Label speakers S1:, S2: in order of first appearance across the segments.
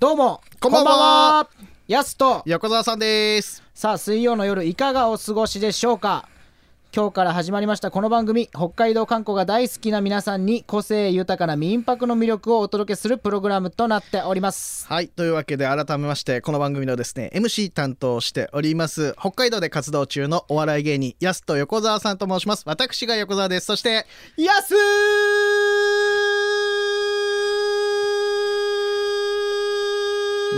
S1: どうも
S2: こんばんは
S1: やすと
S2: 横澤さんです
S1: さあ水曜の夜いかがお過ごしでしょうか今日から始まりましたこの番組北海道観光が大好きな皆さんに個性豊かな民泊の魅力をお届けするプログラムとなっております
S2: はいというわけで改めましてこの番組のですね MC 担当しております北海道で活動中のお笑い芸人やすと横澤さんと申します私が横澤ですそして
S1: やす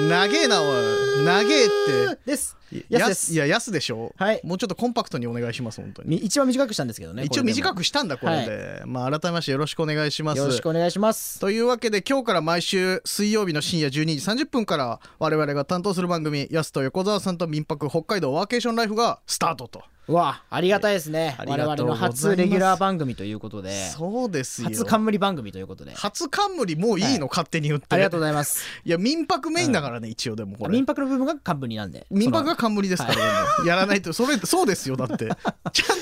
S2: 長えなおい長えって
S1: ですやす
S2: やす
S1: です
S2: いややすでしょ
S1: はい
S2: もうちょっとコンパクトにお願いします本当に
S1: み一番短くしたんですけどね
S2: 一応短
S1: く
S2: くしたんだこれで、まあ改めましてよろしくお願いします
S1: よろしくお願いします
S2: というわけで今日から毎週水曜日の深夜12時30分から我々が担当する番組やすと横澤さんと民泊北海道ワーケーションライフがスタートと
S1: うわあありがたいですね
S2: あり
S1: 我
S2: がとうご
S1: 々
S2: ざ
S1: の
S2: います
S1: 初レギュラー番組ということで
S2: そうですよ
S1: 初冠番組ということで
S2: 初冠もういいの、勝手に言って
S1: ありがとうございます
S2: いや民泊メインだからね、一応でもこ
S1: あ
S2: れ
S1: 民泊の部分が冠なんで
S2: 民泊
S1: その
S2: が冠ですから、でもやらないとそれそうですよだっ てちゃんと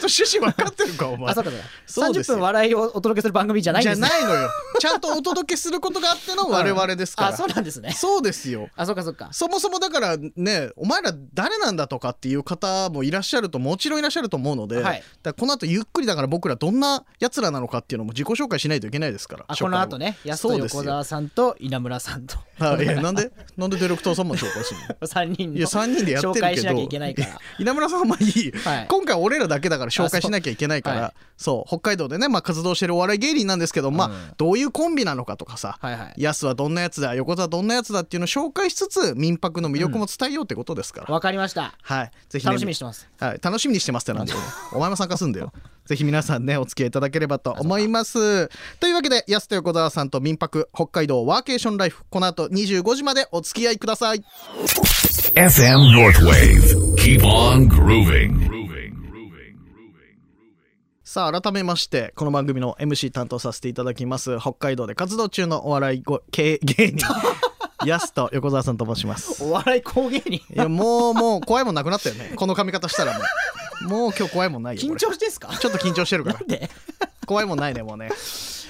S2: 趣旨分かってるかお前
S1: あそうかそうか
S2: そうです
S1: 30
S2: よ
S1: 分笑いをお届けする番組じゃないん
S2: じ
S1: で
S2: ゃ
S1: すね
S2: ないのよちゃんとお届けすることがあっての我々ですから、
S1: あそうなんですね
S2: そうですよ
S1: あそうかそうか
S2: そもそもだからねお前ら誰なんだとかっていう方もいらっしゃるともちろんいらっしゃると思うので、
S1: はい
S2: だからこの後ゆっくりだから僕らどんなやつらなのかっていうのも自己紹介しないといけないですから
S1: あこの後ね
S2: 紹介を
S1: 安と
S2: そうです
S1: 横
S2: よ
S1: 澤さんと稲村さんと
S2: はいやなんでなんでディレクターさんも紹介 するの
S1: 3人
S2: いや3人でやってるけ
S1: 紹
S2: ど
S1: 介しなきゃいけないから
S2: 稲村さんはまあいい、
S1: はい
S2: 今回俺らだけだから紹介しなきゃいけないから
S1: あ
S2: そう,、
S1: そうは
S2: 北海道でね、まあ、活動してるお笑い芸人なんですけど、まあ
S1: うん
S2: どういうコンビなのかとかさ、
S1: はいはい
S2: ヤスはどんなやつだ横澤どんなやつだっていうのを紹介しつつ民泊の魅力も伝えようってことですから、
S1: わかりました
S2: はいぜひね、
S1: 楽しみにしてます
S2: はい、楽しみにしてますってなんでお前も参加すんだよぜひ皆さんねお付き合いいただければと思いますというわけで安と横澤さんと民泊北海道ワーケーションライフこの後25時までお付き合いください
S3: FM Northwave. Keep on grooving. Grooving. Grooving. Grooving.
S2: さあ改めましてこの番組の MC 担当させていただきます北海道で活動中のお笑いご系芸 人ヤスと横澤さんと申します
S1: お笑い工芸人
S2: いやもうもう怖いもんなくなったよねこの髪型したらもうもう今日怖いもんないよ
S1: 緊
S2: 俺
S1: 張してんすか
S2: ちょっと緊張してるから
S1: で
S2: 怖いもんないねもうね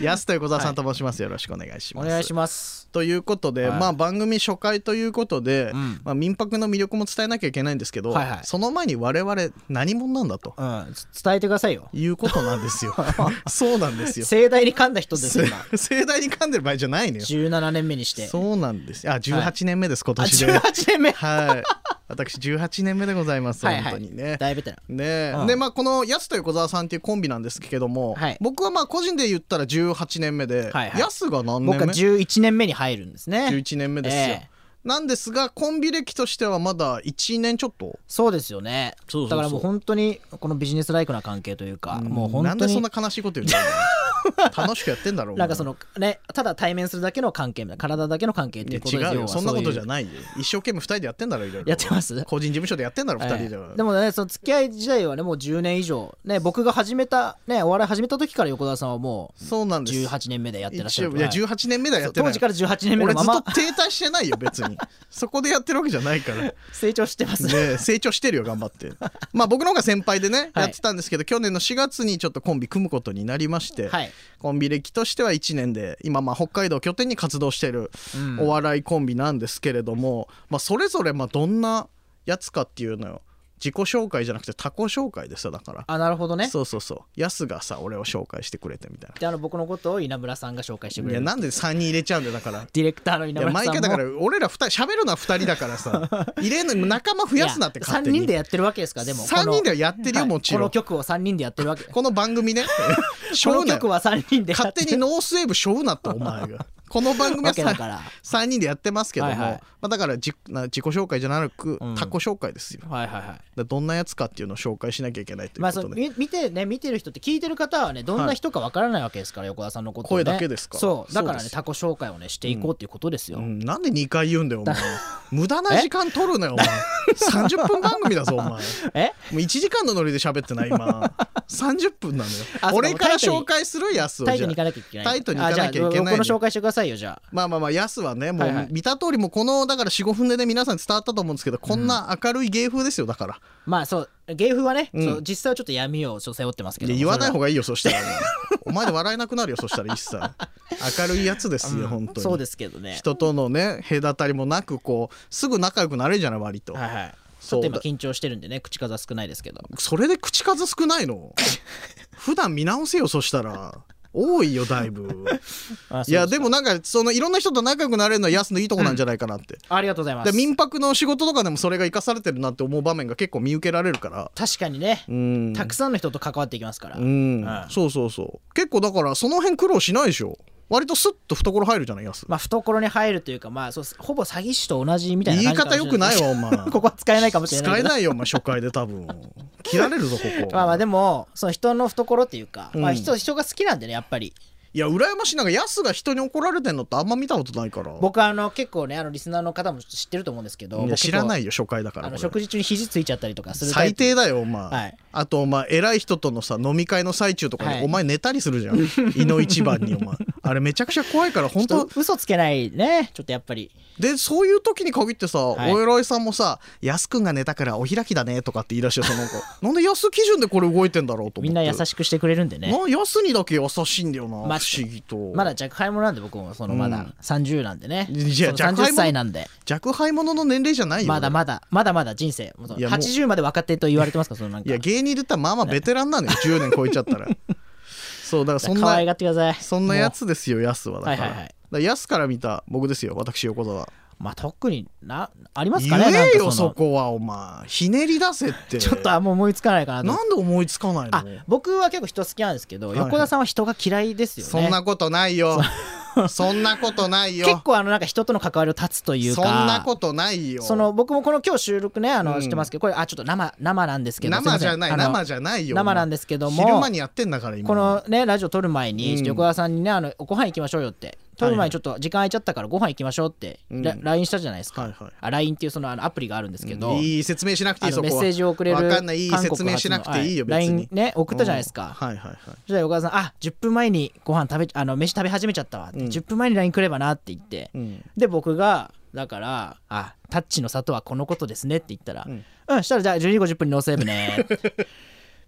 S2: ヤスと横澤さんと申します、よろしくお願いし
S1: お
S2: ます
S1: 願いします
S2: ということで、
S1: はい
S2: まあ番組初回ということで、
S1: うん
S2: まあ、民泊の魅力も伝えなきゃいけないんですけど、
S1: はいはい
S2: その前に我々何者なん だと
S1: うんつ伝えてくださいよ
S2: いうことなんです よそうなんですよ
S1: 盛大に噛んだ人ですよ今
S2: せ盛大に噛んでる場合じゃないのよ
S1: 17年目にして
S2: そうなんですよあ18年目です、今
S1: あ
S2: 年で
S1: 18年目
S2: はい私18年目でございます、
S1: はいは
S2: 本当に
S1: い
S2: ね
S1: 大ベテラン
S2: ねえ、
S1: うん
S2: でまあこのやすと横澤さんっていうコンビなんですけども、
S1: はい
S2: 僕はまあ個人で言ったら18年目で、
S1: はいはい
S2: やすが何年目
S1: 僕は11年目に入るんですね
S2: 11年目ですよ、
S1: ええ
S2: なんですがコンビ歴としてはまだ1年ちょっと
S1: そうですよね
S2: そう
S1: だ
S2: そうそう
S1: からもう本当にこのビジネスライクな関係というか、もう本
S2: なん
S1: 当
S2: で
S1: に
S2: そ
S1: なんん
S2: な悲しいこと言うんだろう 楽しくやってんだろう
S1: かそのねただ対面するだけの関係みたいな体だけの関係っ
S2: い
S1: てい
S2: や
S1: うことです
S2: 違うよそんなことじゃ
S1: な
S2: ないよ一生懸命2人でやってんだろいろいろ
S1: やってます
S2: 個人事務所でやってんだろ2人では、
S1: ええでもねその付き合い時代はねもう10年以上ね僕が始めたねお笑い始めた時から横田さんはも
S2: そうなん
S1: う
S2: です
S1: 18年目でやってらっしゃる
S2: 一応いや18年目だやってな
S1: 当
S2: い
S1: 時から18年目の
S2: 俺ず
S1: ま
S2: っと
S1: ま
S2: 停滞してないよ別にそこでやってるわけじゃないから
S1: 成長してますね
S2: ね成長してるよ頑張ってまあ僕の方が先輩でね、
S1: はい
S2: やってたんですけど去年の4月にちょっとコンビ組むことになりまして、
S1: はい
S2: コンビ歴としては1年で今まあ北海道を拠点に活動してる
S1: うん
S2: お笑いコンビなんですけれども、まあ、それぞれまあどんなやつかっていうのよ自己紹介じゃなくて他己紹介ですよだか ら、
S1: あなるほどね
S2: そうそうそうやすがさ俺を紹介してくれてみたい
S1: であの僕のことを稲村さんが紹介してく
S2: な
S1: れ
S2: いや
S1: る
S2: なんで3人入れちゃうんだよだから
S1: ディレクターの稲
S2: いや
S1: 村さんも
S2: 毎回だから俺ら2人喋るのは2人だからさ 入れんの仲間増やすなって勝手
S1: 3
S2: に
S1: 人でやってるわけですからでも
S2: 3人ではやってるよ
S1: はい
S2: もちろ
S1: こ
S2: ん
S1: の曲を3人でやってるわけこ
S2: この番 組ねしょう
S1: の
S2: なよ
S1: 曲は3人でや
S2: 勝
S1: って
S2: 手にノースウェーブしょうなって お前がこの番組は
S1: わけだから
S2: 3人でやってますけども、
S1: はいはい
S2: まあ、だからじな自己紹介じゃなく、
S1: ん
S2: 他己紹介ですよだか
S1: はいはいは
S2: らどんなやつかっていうのを紹介しなきゃいけない
S1: い
S2: という
S1: まあ
S2: こ
S1: そ
S2: と
S1: の
S2: で、
S1: み見てね見てる人って聞いてる方はねどんな人かわからないわけですから、横田さんのことを、ね、
S2: 声だけですか
S1: そうだから
S2: そう
S1: ね
S2: です
S1: 他己紹介をねしていこうっていうことですよ、
S2: うんなんで2回言うんだよお前無駄な時間取るなよお前30分番組だぞお前も
S1: え
S2: う1時間のノリで喋ってない 今30分なのよ
S1: あそうか
S2: 俺か
S1: タ
S2: ら
S1: イトに
S2: 紹介するやすを
S1: タイ
S2: じ
S1: ト
S2: ゃ
S1: に行
S2: あ
S1: かなきゃいけない
S2: タイトに行かなきゃいけない
S1: あじゃあ僕の紹介してくださいよじゃあ
S2: まあまあまあやすはねも
S1: はいはいう
S2: 見た通りもうこのだから45分でね皆さん伝わったと思うんですけどこんな明るい芸風ですよだから
S1: まあそう芸風はね、
S2: うん
S1: そう実際はちょっと闇をちょっと背負ってますけ
S2: い
S1: ど
S2: や言わない方
S1: が
S2: がいいよそしたらお前で笑えなくなるよそしたら一切明るいやつですよ本当に
S1: そうですけどね
S2: 人とのね隔たりもなくこうすぐ仲良くなれるじゃない割と、
S1: はいはいち
S2: そ
S1: ょ
S2: う
S1: っと今
S2: だ
S1: 緊張してるんでね口数は少ないですけど
S2: それで口数少な いの普段見直せよそしたら多いよだ いぶ
S1: あ
S2: いやでもなんかそのいろんな人と仲良くなれるのはやすのいいとこなんじゃないかなって、
S1: ありがとうございま
S2: です民泊の仕事とかでもそれが生かされてるなって思う場面が結構見受けられるから
S1: 確かにね、
S2: うん
S1: たくさんの人と関わっていきますから、
S2: うん、
S1: うん
S2: そうそうそう結構だからその辺苦労しないでしょ割とスッと懐入るじゃないやす、
S1: まあ懐に入るというかまあそうほぼ詐欺師と同じみたいな
S2: 言い
S1: 感じかもし
S2: 方
S1: れ
S2: よくないわお前
S1: ここは使えないかもしれない
S2: 使
S1: け
S2: え
S1: ど
S2: ないよお前初回で多分切られるぞここ
S1: まあまあでもその人の懐っていうか、まあ、
S2: うん
S1: 人人が好きなんでねやっぱり
S2: いや羨ましいなんかヤスが人に怒られてんのってあんま見たことないから
S1: 僕あの結構ねあのリスナーの方も知ってると思うんですけど
S2: いや
S1: 僕
S2: 知らないいよ初回だか
S1: あ
S2: ら
S1: の
S2: これ
S1: 食事中に肘ついちゃったりとかするタイ
S2: 最
S1: プ
S2: 低だよお前、
S1: はい
S2: あとお前偉い人とのさ飲み会の最中とかに、
S1: はい
S2: お前寝たりするじゃん胃の一番にお 前あれめちゃくちゃ怖いから本
S1: ちょっ
S2: 当
S1: と嘘つけないねちょっとやっぱり
S2: でそういう時に限ってさ、
S1: はい
S2: お偉いさんもさ「安くんが寝たからお開きだね」とかって言い出してさなんか なんで安基準でこれ動いてんだろうと思って
S1: みんな優しくしてくれるんでね
S2: な安にだけ優しいんだよな、
S1: まあ
S2: 不思議と
S1: まだ若輩者なんで僕もそのま
S2: う
S1: だ
S2: ん
S1: 30なんでね、
S2: いや
S1: その
S2: 若
S1: 30
S2: 輩者
S1: 歳なんで
S2: 若輩者の年齢じゃないよ
S1: まだまだまだまだ人生もうその
S2: いやもう
S1: 80まで若手と言われてますからそのなん
S2: い
S1: か
S2: や芸人で言ったらまあまあベテランなのよ10年超えちゃったら そうだからそん
S1: 可愛
S2: な
S1: がってください
S2: そんなやつですよやすはだから,、
S1: はいはいはい
S2: だからやすから見た僕ですよ私横澤
S1: もうまあ特になありますか
S2: 言
S1: ねなん
S2: え
S1: か
S2: よ
S1: そ
S2: そ
S1: の
S2: こはお前ひねり出せって
S1: ちょっとあんま思いつかないかなと
S2: なんで思いつかないの
S1: あ僕は結構人好きなんですけど、
S2: はいはい
S1: 横田さんは人が嫌いですよね
S2: そんなことないよ そんなことないよ
S1: 結構あのなんか人との関わりを断つというか
S2: そんなことないよ
S1: その僕もこの今日収録ねあの、
S2: うん
S1: してますけどこれあちょっと生生なんですけど
S2: 生じゃない生
S1: じ
S2: じゃないよ
S1: 生なんですけども
S2: 昼間にやってんだから今
S1: このねラジオ撮る前に、
S2: うん
S1: 横田さんにねあのご飯行きましょうよって撮る前にちょっと時間空いちゃったからご飯行きましょうって、
S2: うん
S1: ラ LINE したじゃないですか、
S2: はいはい
S1: あ LINE っていうそのあのアプリがあるんですけど、
S2: いい説明しなくてい
S1: あ
S2: いそ
S1: の
S2: こ
S1: メ
S2: は
S1: ッセージを送れる
S2: わかんないいい
S1: 韓国
S2: 説明しなくていいよ
S1: 初のは
S2: 別に、
S1: LINE ね送ったじゃないですか、
S2: うんはいはいはい
S1: じゃあ横田さん「あ10分前にご飯食べあの飯食べ始めちゃったわ」って、
S2: うん
S1: 10分前に LINE 来ればな」って言って、
S2: うん
S1: で僕がだから「あタッチの里はこのことですね」って言ったら「う
S2: うんん、
S1: したらじゃあ12時50分にノーセーブね」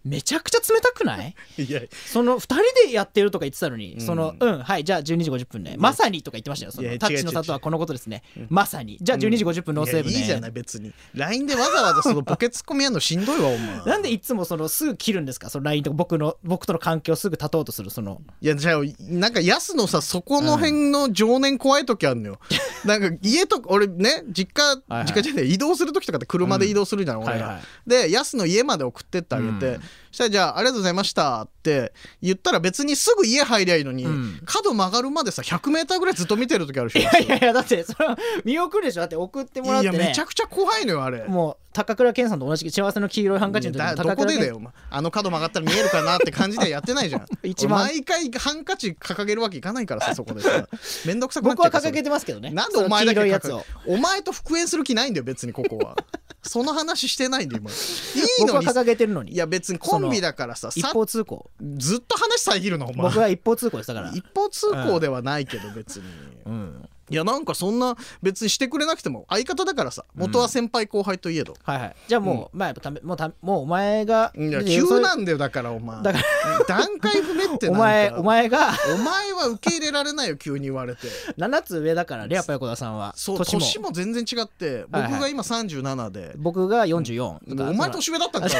S1: めちゃくちゃ冷たく ない
S2: いや
S1: その2人でやってるとか言ってたのに、その「うんはいじゃあ12時50分ね」まさにとか言ってましたよそ
S2: いや
S1: の
S2: 違う
S1: タッチの里はこのことですね、まさにじゃあ12時50分ノーセーブね、
S2: いやいいじゃない別に LINE でわざわざそのボケツッコミやんのしんどいわお前
S1: なん でいつもそのすぐ切るんですかその LINE とか僕の僕との関係をすぐ断とうとするその
S2: いやじゃあなんかやすのさそこの辺の情念怖い時あん のよ、なんか家とか俺ね実家
S1: はいはい
S2: 実家じゃない移動する時とかって車で移動するじゃん、俺ら、
S1: はいはい
S2: でやすの家まで送ってってあげて、
S1: うん
S2: したらじゃあありがとうございましたって言ったら別にすぐ家入りゃいいのに、
S1: うん
S2: 角曲がるまでさ 100m ぐらいずっと見てる時あるでしょ
S1: いやいやだってそれは見送るでしょだって送ってもらっ
S2: い
S1: て、
S2: や
S1: ね、
S2: めちゃくちゃ怖いのよあれ
S1: もう高倉健さんと同じ幸せの黄色いハンカチの
S2: い
S1: 時
S2: や
S1: に
S2: だ
S1: 高
S2: どこ
S1: 倉
S2: でだ
S1: 健
S2: よお前あの角曲がったら見えるかなって感じでやってないじゃん
S1: 一番
S2: 俺毎回ハンカチ掲げるわけいかないから さそこでさめんどくさくなっ
S1: 僕
S2: ちゃ
S1: は
S2: うから
S1: 掲げてますけどね
S2: なんでお前だけ
S1: その黄色い
S2: 掲
S1: やつを
S2: お前と復縁する気ないんだよ別にここはその話してないんだよ今いい
S1: 僕
S2: の
S1: は
S2: に
S1: 掲げてるのに
S2: いや別にコンビだからさ
S1: 一
S2: さ
S1: 方通行
S2: ずっと話遮るなお前
S1: 僕は一方通行でしたから
S2: 一方通行ではないけど別に、
S1: うん
S2: いやなんかそんな別にしてくれなくても相方だからさ元は先輩後輩といえど、
S1: はいはいじゃあもう、まあやっぱためもうたもうお前が
S2: いや
S1: でそ
S2: 急
S1: れ
S2: なんだよだからお前
S1: だか
S2: 段階踏めって
S1: お
S2: なんか
S1: 前お前が
S2: お前は受け入れられないよ急に言われて
S1: 7つ上だからレアパ横田さんは
S2: そう年も全然違って僕
S1: はいは
S2: が
S1: い
S2: 今37で、
S1: 僕が44とか
S2: お前
S1: その
S2: 年上だったんかお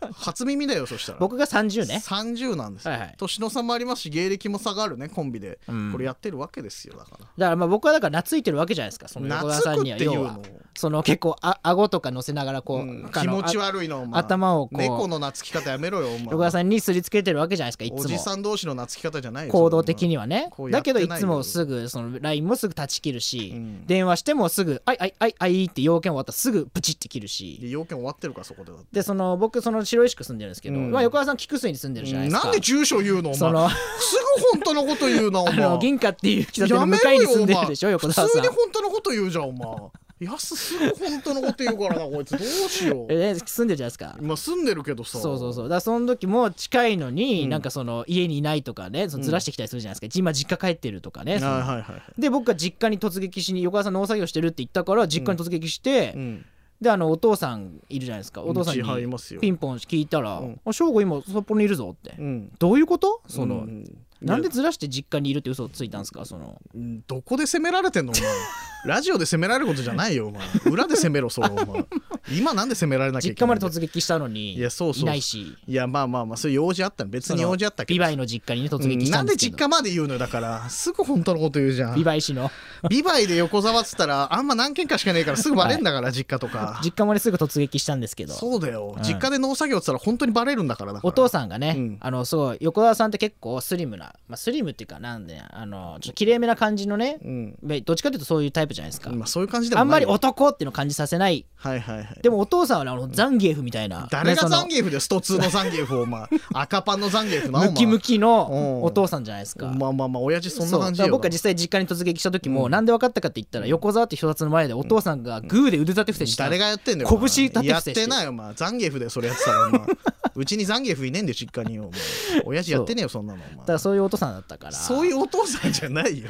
S2: 前 初耳だよそしたら
S1: 僕が30ね
S2: 30なんですよ、
S1: はいはい
S2: 年の差もありますし芸歴も差があるねコンビで、
S1: うん
S2: これやってるわけですよだから
S1: だからまあ僕はだから懐いてるわけじゃないですかその横田さんには
S2: 懐くってい
S1: 要
S2: うの
S1: はその結構あ顎とか乗せながらこう、
S2: うん
S1: あ
S2: 気
S1: の
S2: 持ち
S1: あ
S2: 悪いなお前
S1: 頭をこう
S2: 猫の懐き方やめろよお前
S1: 横田さんにすりつけてるわけじゃないですかいつも
S2: おじさん同士の懐き方じゃないよ
S1: 行動的
S2: に
S1: にはね
S2: こうや
S1: だ
S2: っ
S1: け
S2: て
S1: ど
S2: ない
S1: いつ
S2: よ
S1: もすぐその LINE もすぐ断ち切るし、
S2: うん
S1: 電話してもすぐ「あいあいあいあい」って要件終わったらすぐプチって切るし
S2: 要件終わってるからそこでだって
S1: でその僕その白石区住んでるんですけど、
S2: うん
S1: まあ、横田さん菊水に住んでるじゃないです
S2: な
S1: か、
S2: んで住所言うのお
S1: その
S2: 前すぐ本当のこと言うなお
S1: あの
S2: 前
S1: 銀貨っていう喫茶店の向かいに住んでるでしょ
S2: やめ
S1: 横
S2: ろよ
S1: 田さん
S2: お前普通に本当のこと言うじゃんお前やすすぐ本当のこと言うからなこいつどうしよう
S1: えー住んでるじゃないですか
S2: 今住んでるけどさ
S1: そうそうそうだからその時も近いのに、
S2: うん
S1: なんかその家にいないとかねそのずらしてきたりするじゃないですか、今実家帰ってるとかね、その
S2: はいはいはい
S1: で僕が実家に突撃しに横川さん農作業してるって言ったから実家に突撃して、
S2: うん
S1: であのお父さんいるじゃないですかお父さん
S2: うち入り
S1: に
S2: ますよ
S1: ピンポン聞いたら
S2: うん
S1: 「あ翔吾今札幌にいるぞ」って、
S2: うん
S1: どういうことその、
S2: うん
S1: なんでずらして実家にいるって嘘をついたんですかその
S2: うんどこで責められてんの お前ラジオで責められることじゃないよお前裏で責めろそれお前今なんで責められなきゃい
S1: 実
S2: け
S1: 家
S2: な
S1: ま
S2: い
S1: で
S2: んだ
S1: 突
S2: よ
S1: 撃したのに
S2: いやそうそう
S1: ないし
S2: いやまあまあまあそういう用事あったの別
S1: そ
S2: に
S1: の
S2: 用事あったけど
S1: ビバイの実家にね突撃したんですけ
S2: うんなんで実
S1: ど、
S2: 家まで言うのよだからすぐ本当のこと言うじゃん
S1: ビバイ市の
S2: ビバイで横沢っつったらあんま何件かしかねえからすぐバレん だから、実家とか
S1: 実家まですぐ突撃したんですけど
S2: そうだよ、
S1: うん
S2: 実家で農作業っつったら本当にバレるんだからだから
S1: お父さんがね、
S2: うん
S1: あのそう横澤さんって結構スリムな、まあ、スリムっていうかなんであのちょっときれいめな感じのね、
S2: うん
S1: べどっちかというとそういうタイプじゃないですか、
S2: まあそういう感じで
S1: あ
S2: も
S1: んま
S2: ない
S1: り
S2: よ
S1: 男っていうのを感じさせない
S2: はいはいはい
S1: でもお父さんはねあのザンギエフみたいな
S2: 誰
S1: ねそ
S2: が
S1: の
S2: ザンギエフだよスト2のザンギエフを お前赤パンのザンギエフなお前
S1: ムキムキの
S2: うん
S1: お父さんじゃないですか
S2: まあまあまあ親父そんな感じ
S1: そうだから
S2: よ
S1: 僕が実際実家に突撃した時も、なんで分かったかって言ったら横沢って人たちの前でお父さんがグーで腕立て伏せしてた
S2: 誰がやってんだよ
S1: 拳
S2: お前
S1: 立て
S2: や
S1: 伏せし
S2: っ
S1: て
S2: てないよお前ザンギエフでそれやってたら お前うちにザンギエフいねえんだよ実家によお前親父やってねえよそんなのお
S1: だか
S2: 前
S1: らそういうお父さんだったから
S2: そういうお父さんじゃな いよ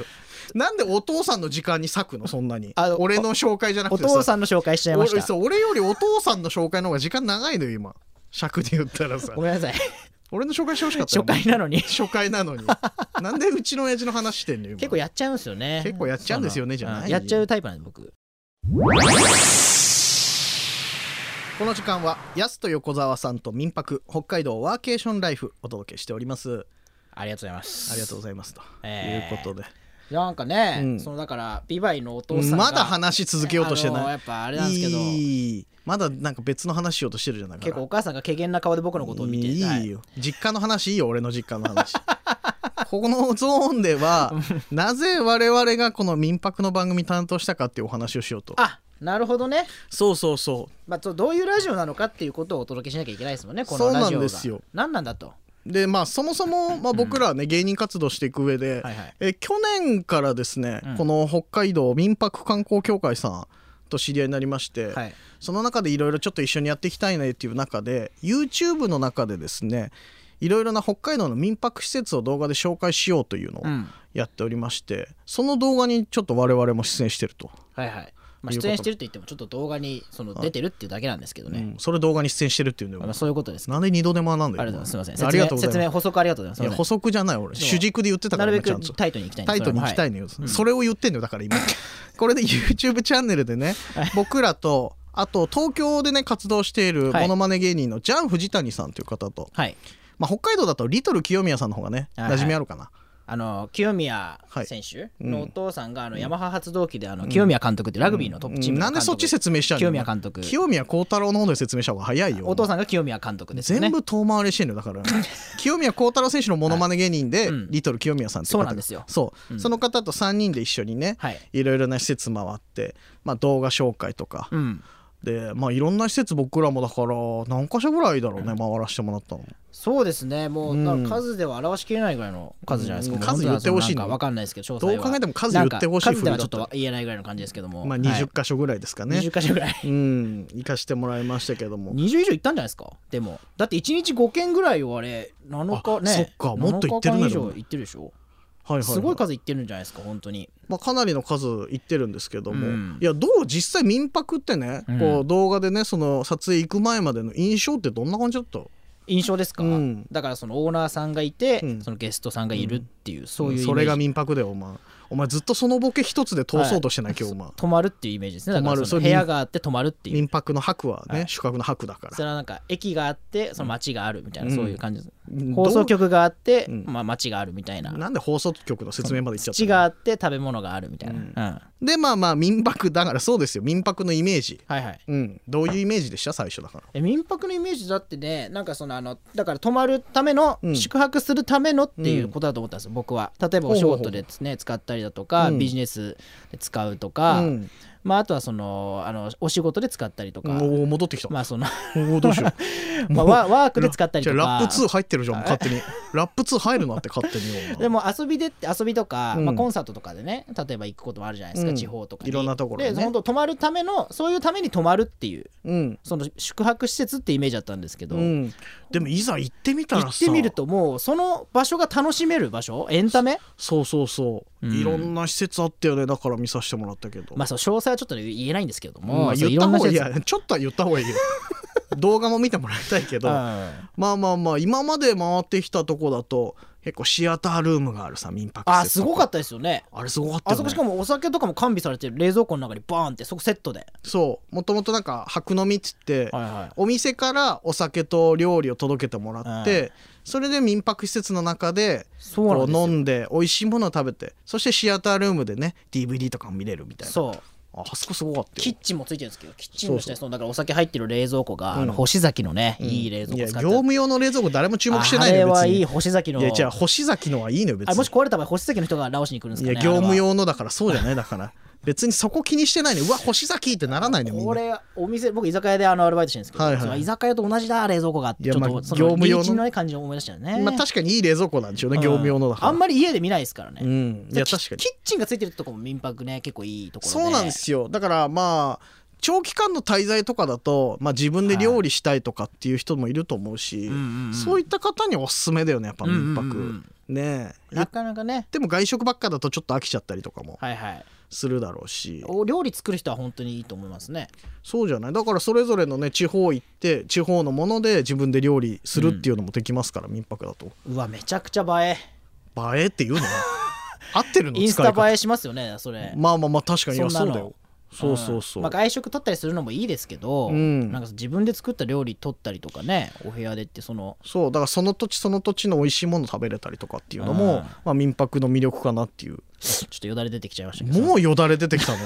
S2: なんでお父さんの時間に割くのそんなに
S1: あ
S2: 俺の紹介じゃなく
S1: お
S2: てさ
S1: 父さんの紹介しちゃいまし
S2: 俺
S1: た
S2: そう俺よりお父さんの紹介の方が時間長いのよ今尺で言ったら さ
S1: ごめんなさい
S2: 俺の紹介してほしかった
S1: 初
S2: よ
S1: 回なのに
S2: 初回 なのになんでうちの親父の話してんのよ今
S1: 結構やっちゃうんですよね
S2: 結構やっちゃうんですよねじゃないよ
S1: やっちゃうタイプなんで僕
S2: この時間はやすと横澤さんと民泊北海道ワーケーションライフお届けしております
S1: ありがとうございます
S2: ありがとうございますと、
S1: えー
S2: いうことで
S1: なんかね、
S2: うん
S1: そのだからビバイのお父さんが
S2: まだ話し続けようとしてない
S1: あのやっぱあれなんですけど
S2: いいまだなんか別の話しようとしてるじゃないか
S1: 結構お母さんが軽減な顔で僕のことを見て
S2: いい
S1: は
S2: よ実家の話いいよ俺の実家の 話ここのゾーンではなぜ我々がこの民泊の番組担当したかっていうお話をしようと
S1: あなるほどね、
S2: そうそうそ
S1: まあ、そうどういうラジオなのかっていうことをお届けしなきゃいけないですもんねこの
S2: そう
S1: ラ
S2: なん
S1: ジオが
S2: ですよ
S1: 何なんだと
S2: うでまあそもそも、まあ、僕らはね、芸人活動していく上で、
S1: はいはい
S2: え去年からですね、
S1: うん
S2: この北海道民泊観光協会さんと知り合いになりまして、
S1: はい
S2: その中でいろいろちょっと一緒にやっていきたいねっていう中で YouTube の中でですねいろいろな北海道の民泊施設を動画で紹介しようというのを
S1: うん
S2: やっておりまして、その動画にちょっと我々も出演してると、
S1: はいはい、まあ、
S2: いうこ
S1: 出
S2: と
S1: 演してると言ってもちょっと動画にその出てるっていうだけなんですけどね、
S2: うんそれ動画に出演してるっていうの
S1: まあ、
S2: よ
S1: そういうことです
S2: なんで二度手間なんだよ
S1: ありがとうございますすみません
S2: ありがとうございま
S1: 説
S2: す
S1: 明説明補足ありがとうござい
S2: いや
S1: ます
S2: 補足じゃない俺
S1: そう
S2: 主軸で言ってた
S1: な
S2: から
S1: るべ
S2: 今ちゃん
S1: く
S2: と
S1: タイトに行きたいんで
S2: タイトに行きたいのよ、
S1: ん
S2: それを言ってんのよだから今これで YouTube チャンネルでね僕らとあと東京でね活動している
S1: はい
S2: モノマネ芸人のジャン藤谷さんという方と、
S1: はい、はい
S2: まあ、北海道だとリトル清宮さんの方がね
S1: はいはい
S2: 馴染みあるかな、
S1: あの清宮
S2: はい
S1: 選手
S2: うん
S1: のお父さんが、あのヤマハ発動機であの清宮監督ってラグビーのトップチー
S2: う
S1: ム
S2: ん
S1: の
S2: な
S1: 監
S2: ん
S1: 督
S2: でそっち説明しちゃうの
S1: 清宮監督
S2: 清宮幸太郎の方で説明した方が早いよ
S1: お父さんが清宮監督ですよね
S2: 全部遠回りしてんのよだから 清宮幸太郎選手のモノマネ芸人で、
S1: うん
S2: リトル清宮さんって方
S1: そう
S2: が
S1: なんですよ
S2: そう、
S1: うん
S2: その方と3人で一緒にね、
S1: はい
S2: い、ろいろな施設回って、まあ、動画紹介とか、
S1: うん
S2: でまあいろんな施設僕らもだから何か所ぐらいだろうね、回らせてもらったの
S1: そうですねもう、
S2: うん
S1: だから数では表しきれないぐらいの数じゃないですか、
S2: うん
S1: もう本当
S2: 数
S1: に
S2: 言ってほしいの
S1: なんかわかんないですけど詳細は
S2: どう考えても数言ってほしい
S1: なんか数ではちょっ
S2: 振りだった
S1: と言えないぐらいの感じですけども
S2: まあ
S1: はい
S2: 20箇所ぐらいですかね、
S1: 20箇所ぐらい
S2: うん行かしてもらいましたけども
S1: 20以上行ったんじゃないですかでもだって1日5件ぐらいをあれ7日ね
S2: あそっかもっと行ってるね
S1: 7日間以上行ってるでしょ
S2: はいはいは
S1: すごい数行ってるんじゃないですか本当に
S2: まあ、かなりの数行ってるんですけども、
S1: うん
S2: いやどう実際民泊ってね、
S1: うん
S2: こう動画でねその撮影行く前までの印象ってどんな感じだった
S1: 印象ですか、
S2: うん
S1: だからそのオーナーさんがいて、
S2: うん
S1: そのゲストさんがいるっていう、そういうイメージ
S2: それが民泊だよお前お前ずっとそのボケ一つで通そうとしてない、今日お前
S1: 泊まるっていうイメージですねだか
S2: 泊ま
S1: ら
S2: る
S1: そ
S2: そ
S1: の
S2: れ
S1: 部屋があって泊まるっていう
S2: 民泊の泊はね、宿泊の泊だから
S1: それはなんか駅があってその街があるみたいな、
S2: うん
S1: そういう感じです、
S2: うん
S1: 放送局があって、
S2: うん
S1: まあ、街があるみたいな
S2: なんで放送局の説明まで行っちゃった
S1: 土があって食べ物があるみたいな、
S2: う
S1: うんん
S2: でまあまあ民泊だからそうですよ民泊のイメージ
S1: はいはい
S2: うんどういうイメージでした最初だから
S1: え民泊のイメージだってねなんかそのあのだから泊まるための、
S2: うん
S1: 宿泊するためのっていうことだと思ったんですよ、僕は例えばお仕事でね使ったりだとか、
S2: うん
S1: ビジネスで使うとか、
S2: うん
S1: まあ、あとはそのあのお仕事で使ったりとか、
S2: おお戻ってきた、
S1: まあその
S2: おおどうしよう
S1: まあワワークで使ったりとか
S2: じゃあラップ2入ってるじゃん勝手にラップ2入るなって勝手に
S1: でも遊びでって遊びとか、
S2: うん
S1: まあ、コンサートとかでね例えば行くこともあるじゃないですか、
S2: うん
S1: 地方とかに
S2: いろんなところ
S1: で
S2: にね
S1: 本当泊まるためのそういうために泊まるっていう
S2: うん
S1: その宿泊施設ってイメージだったんですけど、
S2: うん、でもいざ行ってみたら
S1: 行
S2: さ
S1: ってみるともうその場所が楽しめる場所エンタメ
S2: そうそうそう、
S1: うん
S2: いろんな施設あったよねだから見させてもらったけど
S1: まあそう詳細はちょっと言えないんですけども、
S2: まあ
S1: そう
S2: 言った方がいい
S1: ろんな施
S2: やちょっとは言った方がいい よ動画も見てもらいたいけ
S1: 設
S2: どまあまあまあ今まで回ってきたとこだと結構シアタールームがあるさ民泊
S1: あ
S2: 施
S1: あ
S2: 設
S1: すごかったですよね
S2: あれすごかった
S1: あ
S2: よ、ね、
S1: そこしかもお酒とかも完備されてる冷蔵庫の中にバーンってそこセットで
S2: そうもともとなんか白飲みっつって、
S1: はいはい
S2: お店からお酒と料理を届けてもらって、
S1: う
S2: それで民泊施設の中で
S1: そうなん
S2: こ
S1: です
S2: う
S1: よ
S2: 飲んで美味しいものを食べてそしてシアタールームでね DVD とかも見れるみたいな
S1: そう
S2: ああそこすごかった
S1: キッ
S2: よ
S1: チンもついてるんですけどキッチンの下にそのだからお酒入ってる冷蔵庫が、
S2: うん
S1: あの星崎のね、いい冷蔵
S2: い
S1: 庫
S2: や
S1: 使
S2: 業
S1: ってる
S2: 務用の冷蔵庫誰も注目してない
S1: あ
S2: の
S1: れ
S2: よ別
S1: はい
S2: に
S1: い星崎の
S2: いやじゃあ星崎のはいいのよ別
S1: あ
S2: に
S1: もし壊れた場合星崎の人が直しに来るんです
S2: い
S1: か
S2: や
S1: ね
S2: 業務
S1: あ
S2: 用のだからそうじゃないだから 別にそこ気にしてないのうわ星崎ってならないの
S1: れ
S2: み
S1: はこ
S2: んな
S1: れお店僕居酒屋であのアルバイトしてるんですけど、
S2: はいはい
S1: その居酒屋と同じだ冷蔵庫があって
S2: い
S1: ちょ
S2: や
S1: っと、
S2: まあ
S1: そ
S2: 業
S1: の
S2: 務用
S1: リー
S2: の
S1: チのね感じを思い出したよね、
S2: まあ確かにいい冷蔵庫なんでしょうね
S1: うん
S2: 業務用のだから
S1: あんまり家で見ないですからね、
S2: うんいや確かに
S1: キッチンがついてるとこも民泊ね結構いいところで
S2: そうなんですよだからまあ長期間の滞在とかだと、まあ、自分で料理したいとかっていう人もいると思うし、
S1: うんうんうん
S2: そういった方にはおすすめだよねやっぱ民泊、
S1: うんうんうん
S2: ねえ言
S1: な
S2: っ
S1: かなかね
S2: ても外食ばっかだとちょっと飽きちゃったりとかも
S1: はいはい
S2: するだろうし
S1: お料理作る人は本当にいいと思いますね
S2: そうじゃないだからそれぞれのね地方行って地方のもので自分で料理するっていうのもできますから、民泊だと
S1: うわめちゃくちゃ映
S2: 映えっていうの 合ってる
S1: え
S2: の
S1: インス
S2: 使い
S1: タ
S2: 方
S1: 映えしますよねそれ
S2: まあまあまあ確かにいや
S1: そ
S2: そ
S1: ん
S2: う
S1: なの
S2: だよそうそうそ
S1: ん
S2: う、
S1: まあ、外食取ったりするのもいいですけど、
S2: うん
S1: なんか自分で作った料理取ったりとかねお部屋でってその
S2: そうだからその土地その土地の美味しいもの食べれたりとかっていうの
S1: うん
S2: も、まあ、民泊の魅力かなっていう
S1: ちょっとよだれ出てきちゃいましたけど
S2: もうよだれ出てきた の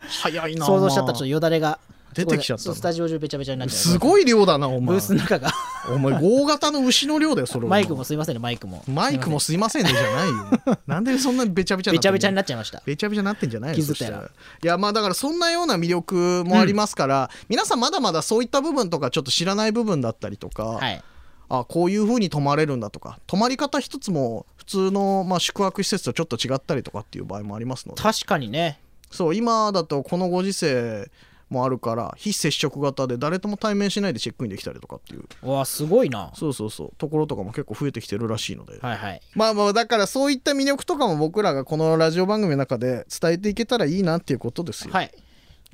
S2: 早いな
S1: 想像しちゃった
S2: お
S1: ちょっと
S2: 前
S1: よだれが
S2: 出てきちゃった
S1: すごいねスタジオ中べちゃべちゃになっちゃう
S2: すごい量だなお
S1: ブ
S2: 前
S1: ースの 中が
S2: お前大型の牛の量だよそれ
S1: マイクもすいませんねマイクも
S2: マイクもすいませんねじゃな いよなんでそんなべちゃべちゃ
S1: べちゃべちゃにな
S2: っ
S1: っちゃいました
S2: べちゃべちゃになってんじゃないの
S1: 気づいたよ
S2: そしらいやまあだからそんなような魅力もありますから、皆さんまだまだそういった部分とかちょっと知らない部分だったりとか、
S1: はい
S2: あこういう風に泊まれるんだとか泊まり方一つも普通の、まあ、宿泊施設とちょっと違ったりとかっていう場合もありますので
S1: 確かにね
S2: そう今だとこのご時世もあるから非接触型で誰とも対面しないでチェックインできたりとかっていう
S1: うわすごいな
S2: そうそうそうところとかも結構増えてきてるらしいので、
S1: はいはい
S2: まあまあだからそういった魅力とかも僕らがこのラジオ番組の中で伝えていけたらいいなっていうことですよ、
S1: はい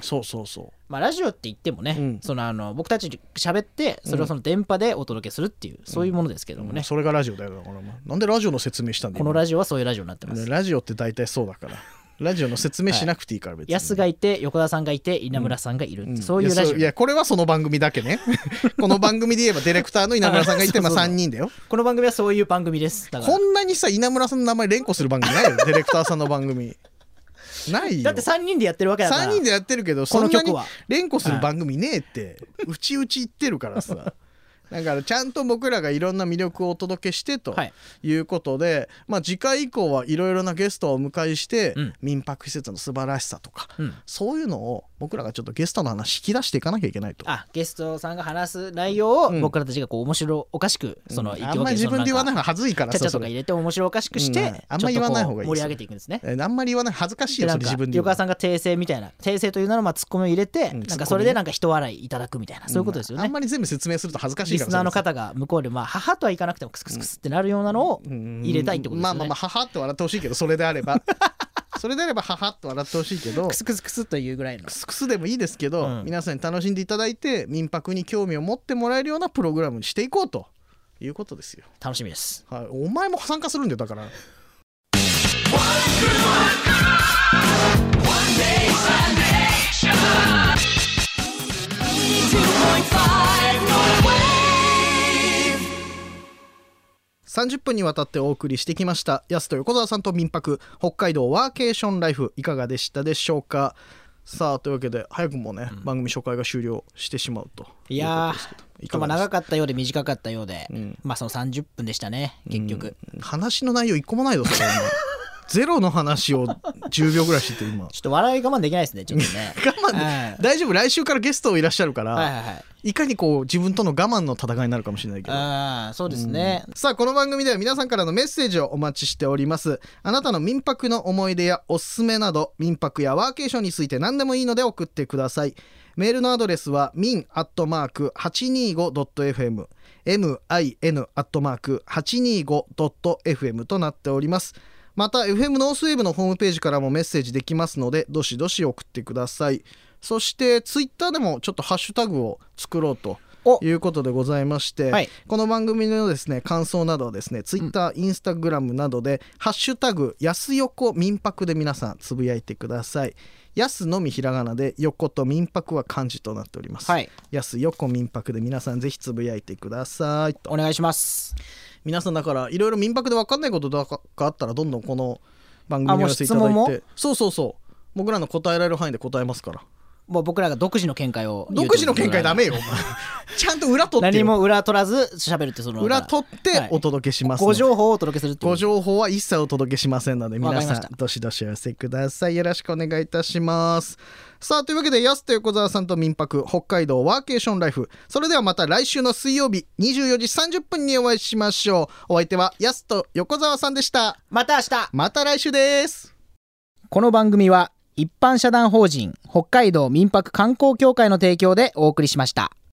S2: そうそうそう
S1: まあ、ラジオって言ってもね、
S2: うん
S1: そのあの僕たち喋ってそれをその電波でお届けするっていう、そういうものですけどもね、
S2: それがラジオだよだからなんでラジオの説明したんだ
S1: こ
S2: よ
S1: のラジオはそういうラジオになってます、
S2: ラジオって大体そうだからラジオの説明しなくていいから別に、
S1: 安がいて横田さんがいて稲村さんがいるって、
S2: ん
S1: そういうラジ
S2: やそい
S1: オ
S2: やこれはその番組だけね この番組で言えばディレクターの稲村さんがいて
S1: あ
S2: まあ
S1: そうそう
S2: 3人だよ
S1: この番組はそういう番組ですだか
S2: こ
S1: ら
S2: んなにさ稲村さんの名前連呼する番 組ないよディレクターさんの番組ないよ
S1: だって3人でやってるわけだから
S2: 3人でやってるけど
S1: こ
S2: そ
S1: の
S2: んな
S1: 曲
S2: に
S1: は
S2: 連呼する番組ねえってうちうち言ってるから さだからちゃんと僕らがいろんな魅力をお届けしてと
S1: はい
S2: いうことで、まあ、次回以降はいろいろなゲストをお迎えして、
S1: うん
S2: 民泊施設の素晴らしさとか、
S1: うん
S2: そういうのを僕らがちょっとゲストの話引き出していかなきゃいけないと。
S1: あゲストさんが話す内容を
S2: うん
S1: 僕らたちがこう面白おかしくその、
S2: あんまり自分で言わな
S1: い
S2: い方が恥ずいから
S1: ちゃちゃ
S2: さ
S1: と
S2: そ
S1: か入
S2: れ
S1: れて面白おかしくして、
S2: うんあんまり言わない方がい
S1: ち
S2: い
S1: ょっとこう盛り上げていくんですね
S2: えあんまり言わない恥ずかしい
S1: で
S2: よ
S1: な
S2: そ
S1: ん
S2: れ
S1: か
S2: 自分で言
S1: 横
S2: うの
S1: 川さんが訂正みたいな訂正というならまあツッコミを入れて、
S2: うん
S1: なん
S2: ツッコミ
S1: か
S2: ね
S1: それでなんか人笑いいただくみたいな、そういうことですよ
S2: んあ
S1: ね
S2: んまり全部説明すると恥ずかしい
S1: リ
S2: から
S1: スナーの
S2: それ
S1: 方が向こうでまあ母とはいかなくてもクスクスクスってなるようなのを
S2: うん
S1: 入れたいってことです
S2: ま
S1: よ
S2: あ
S1: ね、
S2: まあまあ母って笑ってほしいけどそれであ ればそれであれば母って笑ってほしいけど
S1: クスクスクスというぐらいの
S2: クスクスでもいいですけど、
S1: うん
S2: 皆さんに楽しんでいただいて民泊に興味を持ってもらえるようなプログラムにしていこうということですよ、
S1: 楽しみです
S2: はい、お前も参加するんだよだから30分にわたってお送りしてきましたやすと横澤さんと民泊北海道ワーケーションライフいかがでしたでしょうかさあというわけで早くもね、番組初回が終了してしまうと
S1: いや
S2: い
S1: ー
S2: うことですけどいか
S1: ま
S2: が
S1: あ
S2: です
S1: 長かったようで短かったようで、
S2: ん
S1: まあその30分でしたね結局、
S2: 話の内容一個もないぞそれゼロの話を10秒ぐらいしてて今
S1: ちょっと笑い我慢できないですね、ちょっとね。
S2: 我慢で、
S1: はい
S2: 大丈夫来週からゲストいらっしゃるから、
S1: はいはいはい。
S2: いかにこう自分との我慢の戦いになるかもしれないけど
S1: ああ、そうですね。
S2: さあこの番組では皆さんからのメッセージをお待ちしておりますあなたの民泊の思い出やおすすめなど民泊やワーケーションについて何でもいいので送ってくださいメールのアドレスは min.825.fm min.825.fm となっておりますまた FM ノースウェーブのホームページからもメッセージできますのでどしどし送ってくださいそしてツイッターでもちょっとハッシュタグを作ろうと
S1: お
S2: いうことでございまして、
S1: はい
S2: この番組のですね感想などはですねツイッター、インスタグラムなどで「ハッシュタグ安横民泊」で皆さんつぶやいてください安のみひらがなで横と民泊は漢字となっております、
S1: はい
S2: 安横民泊で皆さんぜひつぶやいてくださいと
S1: お願いします。
S2: 皆さんだからいろいろ民泊で分かんないこととかあったらどんどんこの番組
S1: あ
S2: に
S1: も
S2: お
S1: う
S2: 寄せい
S1: 質
S2: ただ
S1: 問も
S2: いてそうそうそう僕らの答えられる範囲で答えますから
S1: もう僕らが独自の見解を言う
S2: 独自の見解ダ
S1: って
S2: メよお前 ちゃんと裏取って
S1: 何
S2: よ
S1: も裏取らず喋るってその
S2: 裏取ってお届けしますの
S1: ご
S2: で、
S1: 情報をお届けするっていう
S2: ご情報は一切お届けしませんので
S1: わか
S2: 皆
S1: りまし
S2: さ
S1: た
S2: んどしどしお寄せくださいよろしくお願いいたしますさあというわけで安と横澤さんと民泊北海道ワーケーションライフそれではまた来週の水曜日24時30分にお会いしましょうお相手は安と横澤さんでした
S1: また明日
S2: また来週です
S1: この番組は一般社団法人北海道民泊観光協会の提供でお送りしました